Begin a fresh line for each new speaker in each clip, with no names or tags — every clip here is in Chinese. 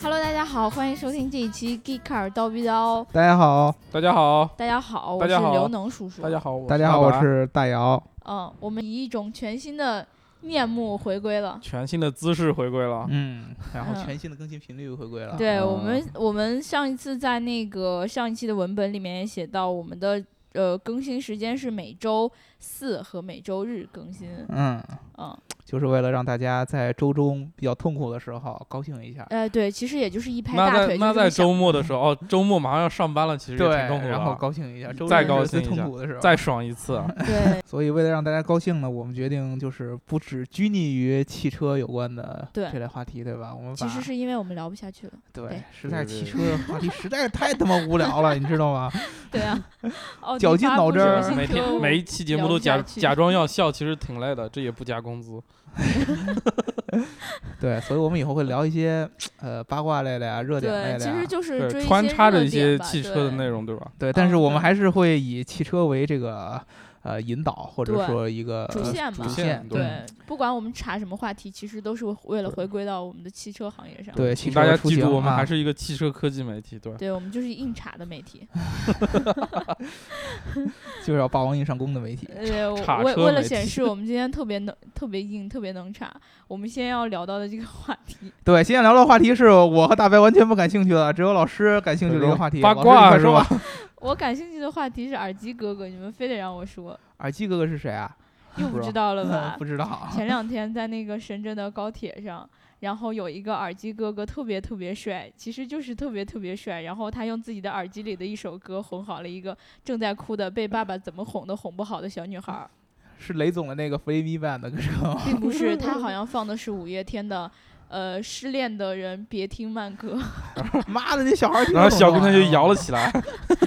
Hello，大家好，欢迎收听这一期《Geek Car 叨逼叨》。
大家好，
大家好，
大家好，我
大
是
家好
刘能叔叔。
大家好，我
大家好，我
大白
是大姚。
嗯，我们以一种全新的面目回归了。
全新的姿势回归了，
嗯，
然后
嗯
全新的更新频率又回归了。
对我
啊
们，我们上一次在那个上一期的文本里面也写到，我们的呃更新时间是每周四和每周日更新。
嗯，
嗯，
就是为了让大家在周中比较痛苦的时候高兴一下。
哎，对，其实也就是一嗯拍
那
大
在
腿。
那在周末的时候，哦，周末马上要上班了，其实
对
也挺痛苦，
然后
的，
高兴一下，周
再
日
高
是最
兴一下
痛苦的时候。
再爽一次，啊
对
所以为了让大家高兴呢，我们决定就是不只拘泥于汽车有关的
对
这类话题，对吧？我们把
其实是因为我们聊不下 去了。对
对，实在
对
汽
对
车的话题实在是太他妈无聊了，你知道吗？
对啊，哦，
绞尽脑汁儿
每天每一期节目
聊
都
不下
假
去
假装要笑，其实挺累的，这也不加工资。
对，所以我们以后会聊一些呃八卦类的呀、热点
对
类，
其
的呀
实。就是追
对，
一
穿
些
插着
热
一
点
些
吧
汽车
对
的内容，对吧？
对，但是我
哦对
们还是会以汽车为这个呃引导，或者
对
说一个
主线吧
呃主
线
对
对，不管我们查什么话题，其实都是为了回归到我们的汽车行业上。
对，
请
请
大家记住，我们还
是
是一个汽车科技媒体，对，
对，我们就是硬查的媒体。
就是要霸王硬上弓的媒体。
呃，
查
为
车
为了
媒
显
体
示我们今天特别能、特别硬、特别能查，我们先要聊到的这个话题，
对，今天聊的话题是我和大白完全不感兴趣的，只有老师感兴趣的一个话题。
八
老师
卦
你快
是
说
吧？
我感兴趣的话题是耳机哥哥，你们非得让我说，
耳机哥哥是谁 啊？嗯
又
不
不
知
知道了吧
不？知 道。
前两天在那个深圳的高铁上，然后有一个耳机哥哥特别特别帅，其实就是特别特别帅。然后他用自己的耳机里的一首歌哄好了一个正在哭的被爸爸怎么哄都哄不好的小女孩儿，
是雷总的那个 Free Me Band 的歌声吗。
并不是他好像放的是五月天的。呃，失恋的人别听慢歌
妈的，那小孩儿听
然
得
后
懂
小姑娘就
吗
摇了。起来，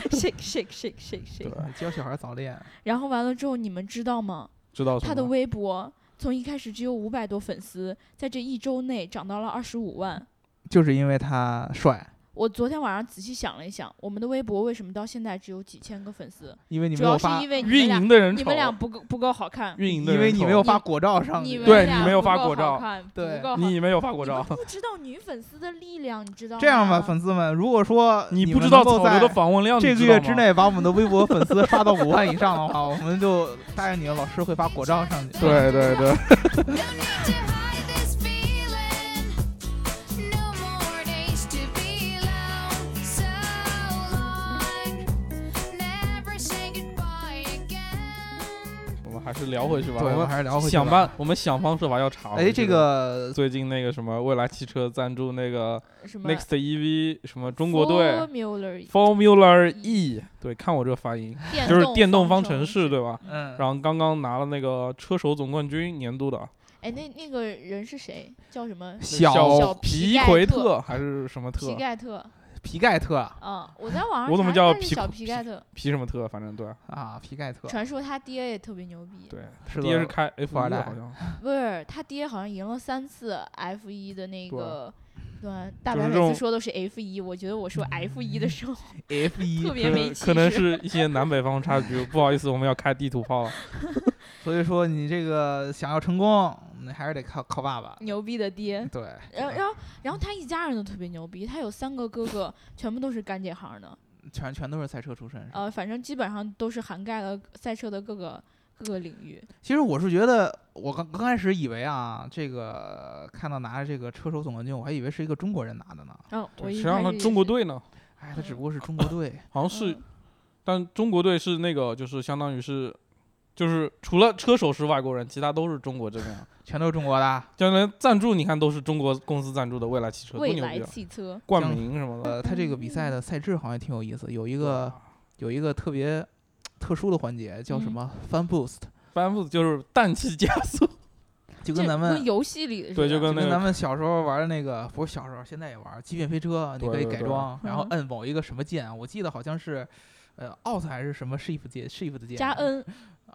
，shake shake shake shake
对
shake。，
教小孩儿早恋。
然后完了之后，你们知道吗？
知道什
他的
么？
微博从一开始只有五百多粉丝，在这一周内涨到了二十五万。
就是因为他帅，
我昨天晚上仔细想了一想，我们的微博为什么到现在只有几千个粉丝？
因为你
主
没
要
有
是
发，
因为你们
运
俩
营的人
你
丑
们，俩不够不够好看，
运营的
因
人
为你没有
丑，
发国照上
你
去
们。
对
俩
你没有
不
发
够
过
好
照
看，不
对
够好
你没有发过
你
照，
不知道女粉丝的力量，你知道吗？
这样吧，粉丝们，如果说
你
们
不知道
能
草
够
流的
在
访问量，
这个
你知
月
道
之
吗
内把我们的微博粉丝刷到五万以上的话，我们就答应你，老师会发国照上去。
对对对，
to hide this feeling. No more days to be alone. So long. Never say goodbye again.
我们还是聊回去吧，
对，
我
我们
们
还是聊回去
想
吧
办，我们想方设法要查。
哎，这个
最近那个什么蔚来汽车赞助那个
什么
Next EV 什么中国队
Formula
Formula E，对，看我这发音，就是电动方程式，对吧？
嗯，
然后刚刚拿了那个车手总冠军年度的
哎，那那个人是谁？叫什么？
小
皮
皮盖
奎
特
特还是什么
皮
特？
盖特。
皮盖特
嗯，我在网上
我怎么
查
叫
他是
皮
小
库
皮盖特？
皮什么特？反正对
啊，皮盖特
传说他爹也特别牛逼。
对，
是
爹是
个
开 F
富二
1
代
的，好像
不是，他爹好像赢了三次 F 一的那
对啊
个。对，啊大
就
白
是
每
这
次
种
说都是 F 一，我觉得我说 F 一的时候
F
特
一，
别没
可
气
可能
势。
是一些南北方差距。不好意思，我们要开地图炮了。
所以说你这个想要成功，你还是得靠靠爸爸。
牛逼的爹，
对，
嗯然后然后然后他一家人都特别牛逼，他有三个哥哥，全部都是干这行的，
全全都是赛车出身。
呃，反正基本上都是涵盖了赛车的各个各个领域。
其实我是觉得，我刚刚开始以为啊，这个看到拿着这个车手总冠军，我还以为是一个中国人拿的呢。
嗯， 我
对
一
谁让
开
他
始也
中国
是
队呢？
哎，他只不过是中国队。
好像是
嗯
但中国队是那个，就是相当于是，就是除了车手是外国人，其他都是中国这边。啊
全都是中国的，
就连赞助你看都是中国公司赞助的蔚来汽车，多
未
牛
来
逼啊！
汽车，
冠名什么的，
呃，他这个比赛的赛制好像也挺有意思，有一个有一个特别特殊的环节叫什
嗯
么 Fun Boost，
翻覆就是氮气加速，
这
就跟咱们
跟游戏里的
对，
似
就
的
跟那
跟咱
个
们小时候玩的那个，不是小时候，现在也玩极品飞车，你
对
可以
对
改
对
装，然后
嗯
摁某一个什么键，我记得好像是，呃，Alt 还是什么 Shift 键，Shift 键
加 N，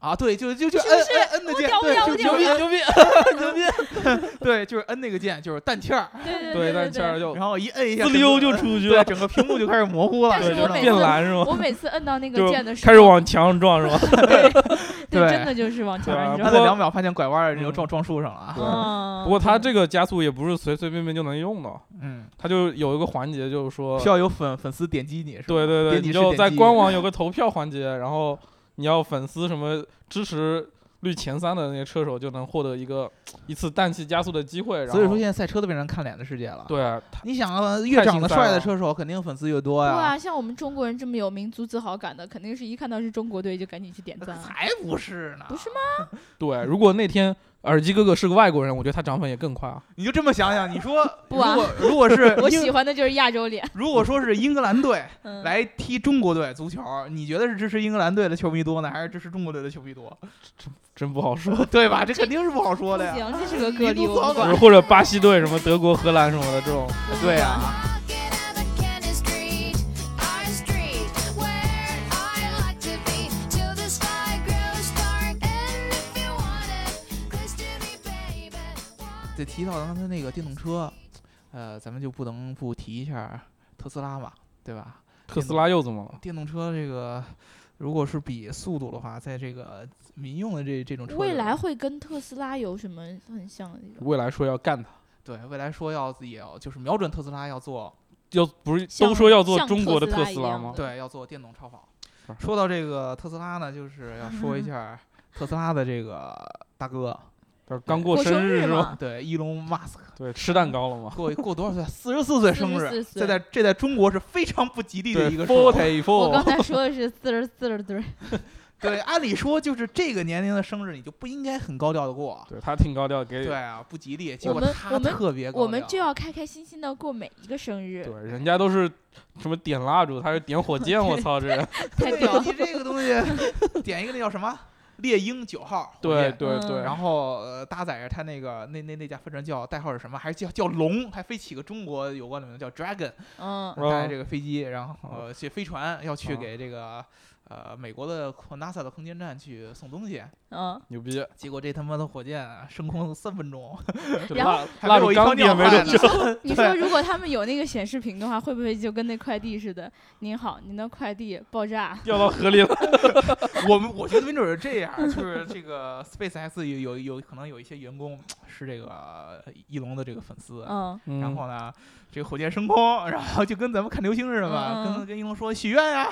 啊，对，就就就是
不
摁
是
摁摁的
我
键，
屌不
对，
屌
就
我
牛
屌
逼
不
牛逼牛逼，对，就是摁那个键，就是弹气儿，
对
对，但
对
切尔
对。
就
然后一摁一下，
滋
整
溜
个嗯
就出去
对，
了，
整个屏幕就开始模糊了，
但是
对，
你知
就
我
道吗
每
变
次
蓝是吗？
我每次摁到那个
就
键的时候，
开始往墙上撞是 吗？
对
对
对，真的就是往墙
对啊
上
不
按
扔。
过
了两秒，发现拐弯儿，你就
嗯
撞撞树上了啊
对。
嗯，
不过它
对
这个加速也不是随随便便就能用的，
嗯，
它就有一个环节，就是说
需，要有粉粉丝点击你，是吧？
对对对，
点击
你
式
就
点
在
击
官网有个投票环节，然后你要粉丝什么支持率前三的那些车手就能获得一个一次氮气加速的机会。然
所以
后
说现在赛车都变成看脸的世界了。，
对，
你想啊，越
太
长
心
得
塞
帅的
了
车手，肯定粉丝越多
对
呀。
啊，像我们中国人这么有民族自豪感的，肯定是一看到是中国队就赶紧去点赞 啊。
才不是呢，
不是
吗？
对，如果那天耳机哥哥是个外国人，我觉得他涨粉也更快啊。
你就这么想想，你说
不啊
如果如果是
我喜
英，
欢的就是亚洲脸。
如果说是英格兰队
嗯，
来踢中国队足球，你觉得是支持英格兰队的球迷多呢，还是支持中国队的球迷多？
真不好说，
对吧？这肯定是不好说
不
的呀。
行，这是个
民
个
族
例，
自
我
豪
不
感
管。
或者巴西队、什么德国、荷兰什么的 这种，
对
啊
啊
呀，
Walking up a Cannon Street, our street, where I like to be, till the sky grows dark. And if you want it, close to me, baby. walk
得提到刚才那个电动车，呃，咱们就不能不提一下特斯拉嘛，对吧？
特斯拉又怎么了？
电动车这个，如果是比速度的话，在这个民用的这这种车里，
未来会跟特斯拉有什么很像的地方？
未来说要干他，
对未来说要也要就是瞄准特斯拉要做
要不是
像
都说要做
像
中国的特
特
斯
斯
拉
拉一样
吗？
对要做电动超跑
啊。
说到这个特斯拉呢，就是要说一下特斯拉的这个大哥，
他刚过
过
生
生
日
日
是吧？
嘛
对伊隆马斯克
对，吃蛋糕了吗？
过过多少岁？四十四岁生日，
44岁
这在这在中国是非常不吉利的
对
一个数。
，forty
我刚
four，
才说的是四十四十 对，
对，按理说就是这个年龄的生日，你就不应该很高调的过。
对他挺高调，给
对啊，不吉利。结
我
果
们
他
我们
特别高调。
我们就要开开心心的过每一个生日
对，，人家都是什么点蜡烛，他是点 火箭，我操，这人，
太
对
屌了
你。这个东 西点一个那叫什么猎鹰九号火
对
箭，
对
嗯
对，
然后呃搭载着它那个那那那架飞船叫代号是什么？还是叫叫龙？还非起个中国有关的名字叫 Dragon，
嗯，
哦
搭载这个飞机，然后
哦
呃去飞船要去
哦
给这个呃美国的 NASA 的空间站去送东西。
嗯，
牛逼，
结果这他妈的火箭啊升空三分钟，
这
然后
蜡
还
蜡
被我
烛
一泡
刚
尿
点没
坏
多
了
久，
你说如果他们有那个显示屏的话，会不会就跟那快递似的？您好，您的快递爆炸。
掉到河里 了，
我们我觉得没准是这样，就是这个 SpaceX 有有有可能有一些员工是这个翼龙的这个粉丝，
嗯，
然后呢，这个火箭升空，然后就跟咱们看流星似的嘛，
嗯
跟跟一龙说许愿呀、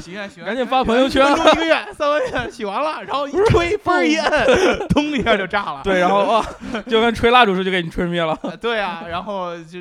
许愿许愿，
赶紧发朋友圈
三分钟一个月，三万愿许完了，然后一吹，嘣儿一摁， 咚一下就炸了。
对，然后啊，就跟吹蜡烛似的，就给你吹灭了。
呃对啊，然后就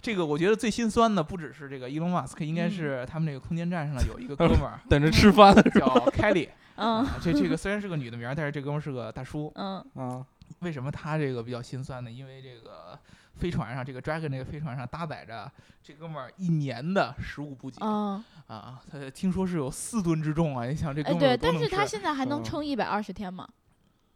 这个，我觉得最心酸的不只是这个伊隆马斯克，应
嗯
该是他们这个空间站上有一 个哥们儿
等着吃饭的时
叫凯里，
嗯
啊这这个虽然是个女的名儿，但是这哥们儿是个大叔。
嗯
候啊，
为什么他这个比较心酸呢？因为这个飞船上，这个 Dragon 这个飞船上搭载着这哥们儿一年的食物补给
嗯，
啊，他听说是有四吨之重啊！你想这哥
哎
们儿
对，
有多
但
能
是
吃？
他现在还能
嗯
撑一百二十天嘛？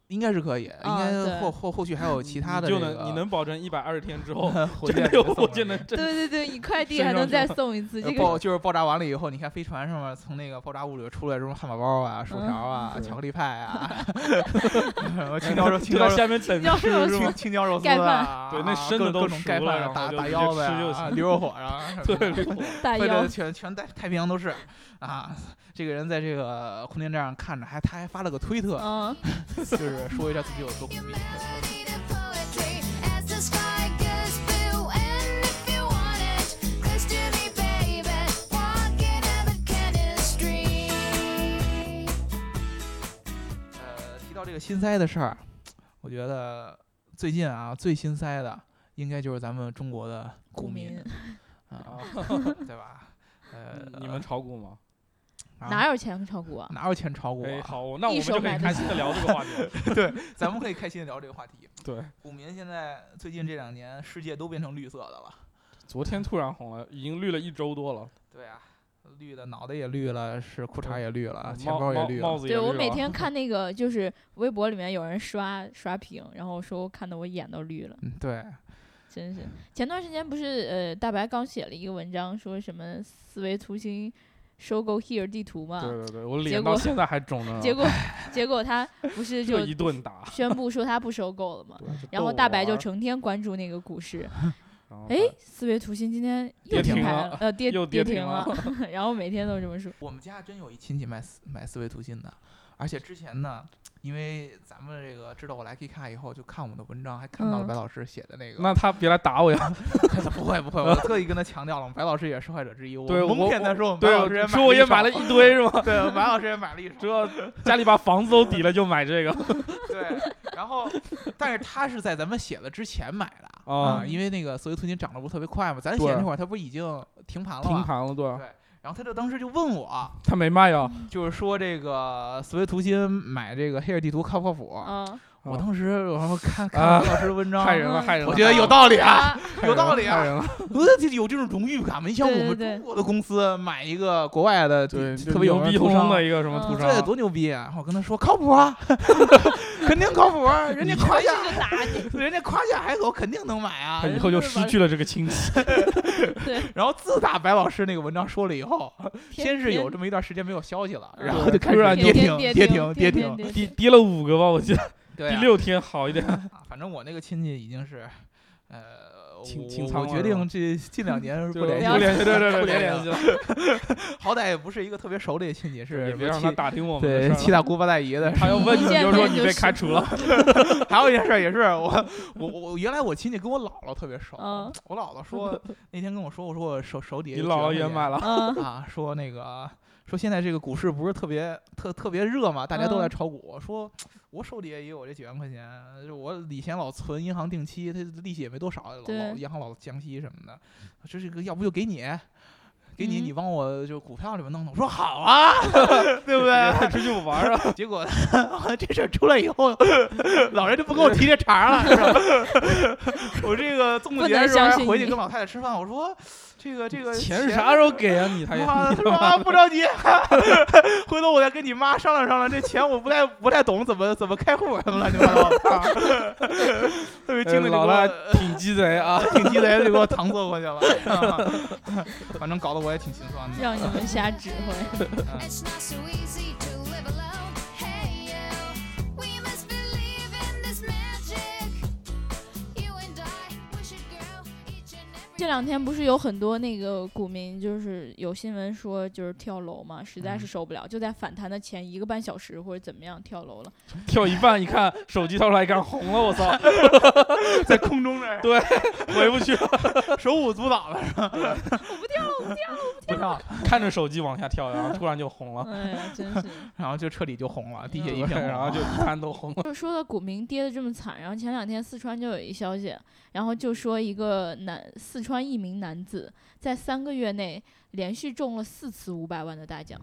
应该是可以，应该
哦对
后后后续还有其他的
就
这
能你
个，
能保证一百二十天之 后
火
真
箭
的
这
有
个
火
送
箭
过
能
去
对
真
对对，你快递
身
还
上
能
就
再
是
送一次，
呃
这个
爆就是爆炸完了以后，你看飞船上面从那个爆炸物里出来什么汉堡包啊、薯条啊、
嗯对
巧克力派 啊， 什么青 椒肉、青
就
椒
在
肉、
下面等
青椒
着 吃
肉
是
青
吗？
青椒肉丝
盖
啊，
饭
对那
啊
身
各
子都
各种
熟
盖
了
饭
然
啊、
后
打
就
打
直
腰
接
子
吃就
呀、啊、
行
驴肉火啊， 什么的
对，驴火
大
或
腰
者。全全太太平洋都是啊。这个人在这个空间站上看着，还他还发了个推特，
嗯，
就是说一下自己有多苦逼。
Melody to poetry as the sky goes blue. And if you want it, close to me, baby. Walking up a Cannon Street.
呃，提到这个心塞的事儿，我觉得最近啊最心塞的应该就是咱们中国的股
股
民
民
啊，对吧？呃，
你们炒股吗？
啊
哪有钱炒股啊？
哪有钱炒股
哎，
啊？
好，那我
一
们
手
就可以
买得
开心的聊这个话题 了。
对，咱们可以开心的聊这个话题。
对，
股民现在最近这两年，世界都变成绿色的了。
昨天突然红了，已经绿了一周多了，
对啊，绿的脑袋也绿了，是裤衩也绿了，钱
帽
包也
帽
绿
帽
了。
啊子也
对
绿了。
我每天看那个，就是微博里面有人刷刷屏，然后说看得我眼都绿了，
嗯，对，
真是。前段时间不是呃，大白刚写了一个文章，说什么思维图形收购 Here 地图嘛，
对对对，我
结
脸
果
到现在还肿着呢。
结果 结果他不是就
这一顿打，
宣布说他不收购了嘛，
对这
然后
逗
大
我
白就
玩儿
成天关注那个股市，
然后
哎
把，
思维图形今天又
嗯跌
停
停
牌
了
了，呃，跌
又
跌
跌
停
停
了，然后每天都这么说，
我们家真有一亲戚买四买四维图新的，而且之前呢，因为咱们这个知道我来 K 卡以后，就看我们的文章，还看到了
嗯
白老师写的那个。
那 他别来打 我呀！
他不会不会，我 特意跟他强调了，我们白老师也是受害者之一。我
对
蒙
我
骗他说我们白
对啊
老师也，买
说我也买
了
了
一
一堆是吗？
手，对，白老师也买了一手。
这家里把房子都抵了就买这个
对，然后，但是他是在咱们写了之前买的
啊
啊，因为那个所维图形涨得不是特别快嘛，咱写
对
那会儿它不是已经停盘了
停
吗？
盘了，对，啊
然后他就当时就问我，
他没卖啊呀，
就是说这个思维图新买这个黑尔地图靠不靠谱？
嗯，
我
啊
当时我说看看
啊
白老师的文章，
害人了，
嗯
害人了！
我觉得有道理啊，
啊，
害
有
人
道
了
理啊
害 人了，
我就有这种荣誉感嘛。你像
对
我
对
们
对
中国的公司买一个国外的，
对，就
特别有
牛
名
逼
图
哄
商
哄的一个什么
嗯
图
不
这
商，
多牛逼啊！我跟他说靠谱啊， 肯定靠谱啊，人家夸下，
就打你，
人家夸下海口，肯定能买啊
他。以后就失去了这个亲戚。
然后自打白老师那个文章说了以后，先是有
天
这么一段时间没有消息了，
嗯
然后就开
突然
始
就
跌
天
停、
跌
跌
停
停、
跌
跌
停
停。
跌跌了五个吧，我记得
对
第
啊，
六天好 一点。
啊反正我那个亲戚已经是，呃，
清
我
清
我
仓了
决
是吧
定这近两 年
就
不联
不要
系了，
联系，对对对，
不
别
联系
联系了，
好歹也不是一个特别熟的亲戚，
对
是什么
别让他
七
打听我们
对
的
七
事儿。
大姑八大姨 的。
他要问你，
一
你
见
就
面
说
就
你被
是
开除了。
还有一件事儿也是我我我我原来我亲戚跟我姥姥特别熟，
嗯
我姥姥 说那天跟我说，我说我手手底下
你
有
姥姥
几
也
万块钱
买了，
嗯，
啊，说那个说现在这个股市不是特别特特别热嘛，大家都在
嗯
炒股。说我手底下也有这几万块钱，就我以前老存银行定期，它利息也没多少，老老
对
银行老降息什么的。这是个要不就给你，给你，你
嗯
帮我就股票里面弄弄。我说好啊， 对不
他
对？
出去玩儿啊，
结果 这事儿出来以后， 老人就不跟我提这茬儿了。是吧 我这个粽
不
子节
能
的时候
相
还
信
回去
你
跟老太太吃饭，我说这个这个
钱是啥时候给啊？你他也
妈的，他说啊，不着急，回头我再跟你妈商量商量，这钱我不太不太懂怎么怎么开户什么乱七八糟的，啊 特 别精
呃
的
老大挺鸡贼啊，
挺鸡贼的就给我搪塞过去了，啊反正搞得我也挺心酸的。
让你们瞎指挥，
It's not so easy to live alone. Hey, you. We must believe in this magic. You and I, we should grow each and every
这两天不是有很多那个股民，就是有新闻说就是跳楼嘛，实在是受不了，就在反弹的前一个半小时或者怎么样跳楼了，
跳一半一看手机掏出来一看红了，我操，
在空中这儿
回不去了，
手舞足蹈的，
我不跳，我不跳，
不跳，
看着手机往下跳，然后突然就红了，
哎呀，真是。
然后就彻底就红了，地下一
对
片红
然后
啊
就一看都红 了，
就说到股民跌得这么惨，然后前两天四川就有一消息，然后就说一个男四川一名男子在三个月内连续中了四次五百万的大奖，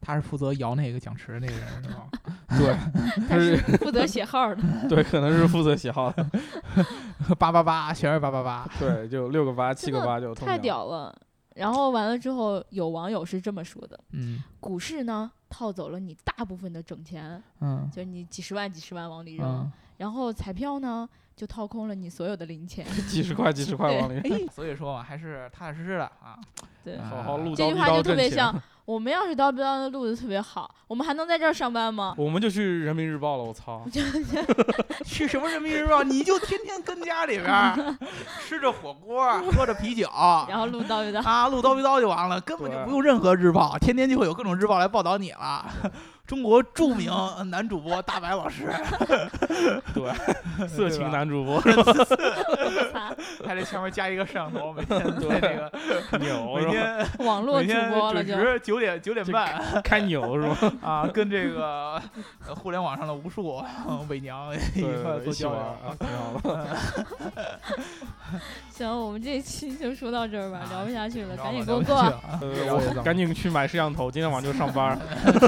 他是负责摇那个奖池的那个人是吗？
他是负责写号的，
对，可能是负责喜好的，
八八八，全是八八八，
对，就六个八、七个八就中
太
奖了，
屌了。然后完了之后，有网友是这么说的：
嗯
股市呢套走了你大部分的整钱，
嗯
就是你几十万几十万往里扔；
嗯。
然后彩票呢就掏空了你所有的零 钱。
几十块、几十块往里，
哎所以说嘛，还是踏踏实实的啊。
对
啊
好好录
这
叨
句
逼
话就
叨
特
挣
别
钱
像。 我们要是叨逼叨的录的特别好，我们还能在这儿上班吗？
我们就去人民日报了，我操！
去什么人民日报？你就天天跟家里边 儿吃着火锅，喝着啤酒，
然后录叨逼 叨。
啊，录叨逼叨就完了，根本就
对
不用任何日报，天天就会有各种日报来报道你了。中国著 名男主播大白 老师，
对，色情 男主播
他这前面加一个摄像头，每天在这个
牛
每
是吧？
天
网络
每
主
天
播了
准
就，
时九点九点半
开牛 是吧？
啊，跟这个呃互联网上的无数呃伪娘一
对
块儿
对，
做
一起
交
玩
流
儿
啊
啊，挺好的。
行，我们这一期就说到这儿吧，
啊
聊不下去了，赶紧给
聊
我
不
过
下去
啊。
了 啊
呃
越，聊越
我
脏
赶紧去买摄像头，今天晚上就上班儿。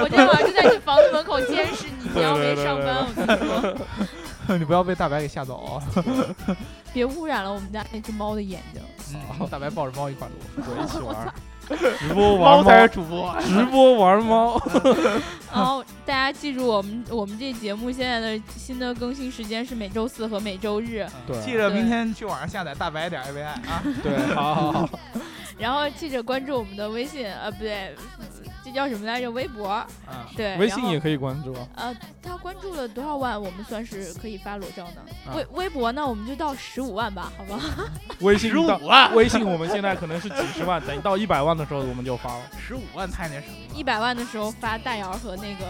我今天晚上就在你房子门口监视你，你
对
要没
对对
上
对
班，我跟你 说，
你不要被大白给吓走啊。
别污染了我们家那只猫的眼 睛。
嗯大白抱着猫一块儿录。
对，一起玩儿，直 播
猫
玩
才
猫
是，主播。
直播玩猫。
然后大家记住，我们我们这节目现在的新的更新时间是每周四和每周日。
对
记着明天去网上下载大白点 API 啊。
对，好好好，
然后记着关注我们的微信，呃，不对，这叫什么来着？微博，
啊，
对，
微
然
信
后
也可以关注啊。
呃，他关注了多少万，我们算是可以发裸照呢？
啊
微微博呢，我们就到十五万吧，好吧？
微信
十五
到
万，
微信我们现在可能是几十万，等到一百万的时候我们就发了。
十五万太那什么
一
了，
百万的时候发大姚和那个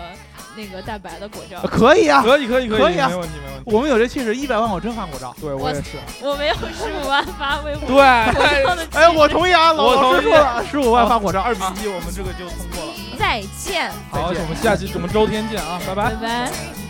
那个大白的果照，
可以啊，
可以可以
可
以，
以啊
没问题没问题。
我们有这气势，一百万我真发过照。
对我
我
也是啊，
我没有十五万发微博。
对，
果照的气
哎，我同意啊，老
我
老师
同意
说了，十五万发过照，
二比一，我们这个就通过了。
再见，
再
好，
见
我们下期我们周天见啊，拜拜
拜。拜。
Street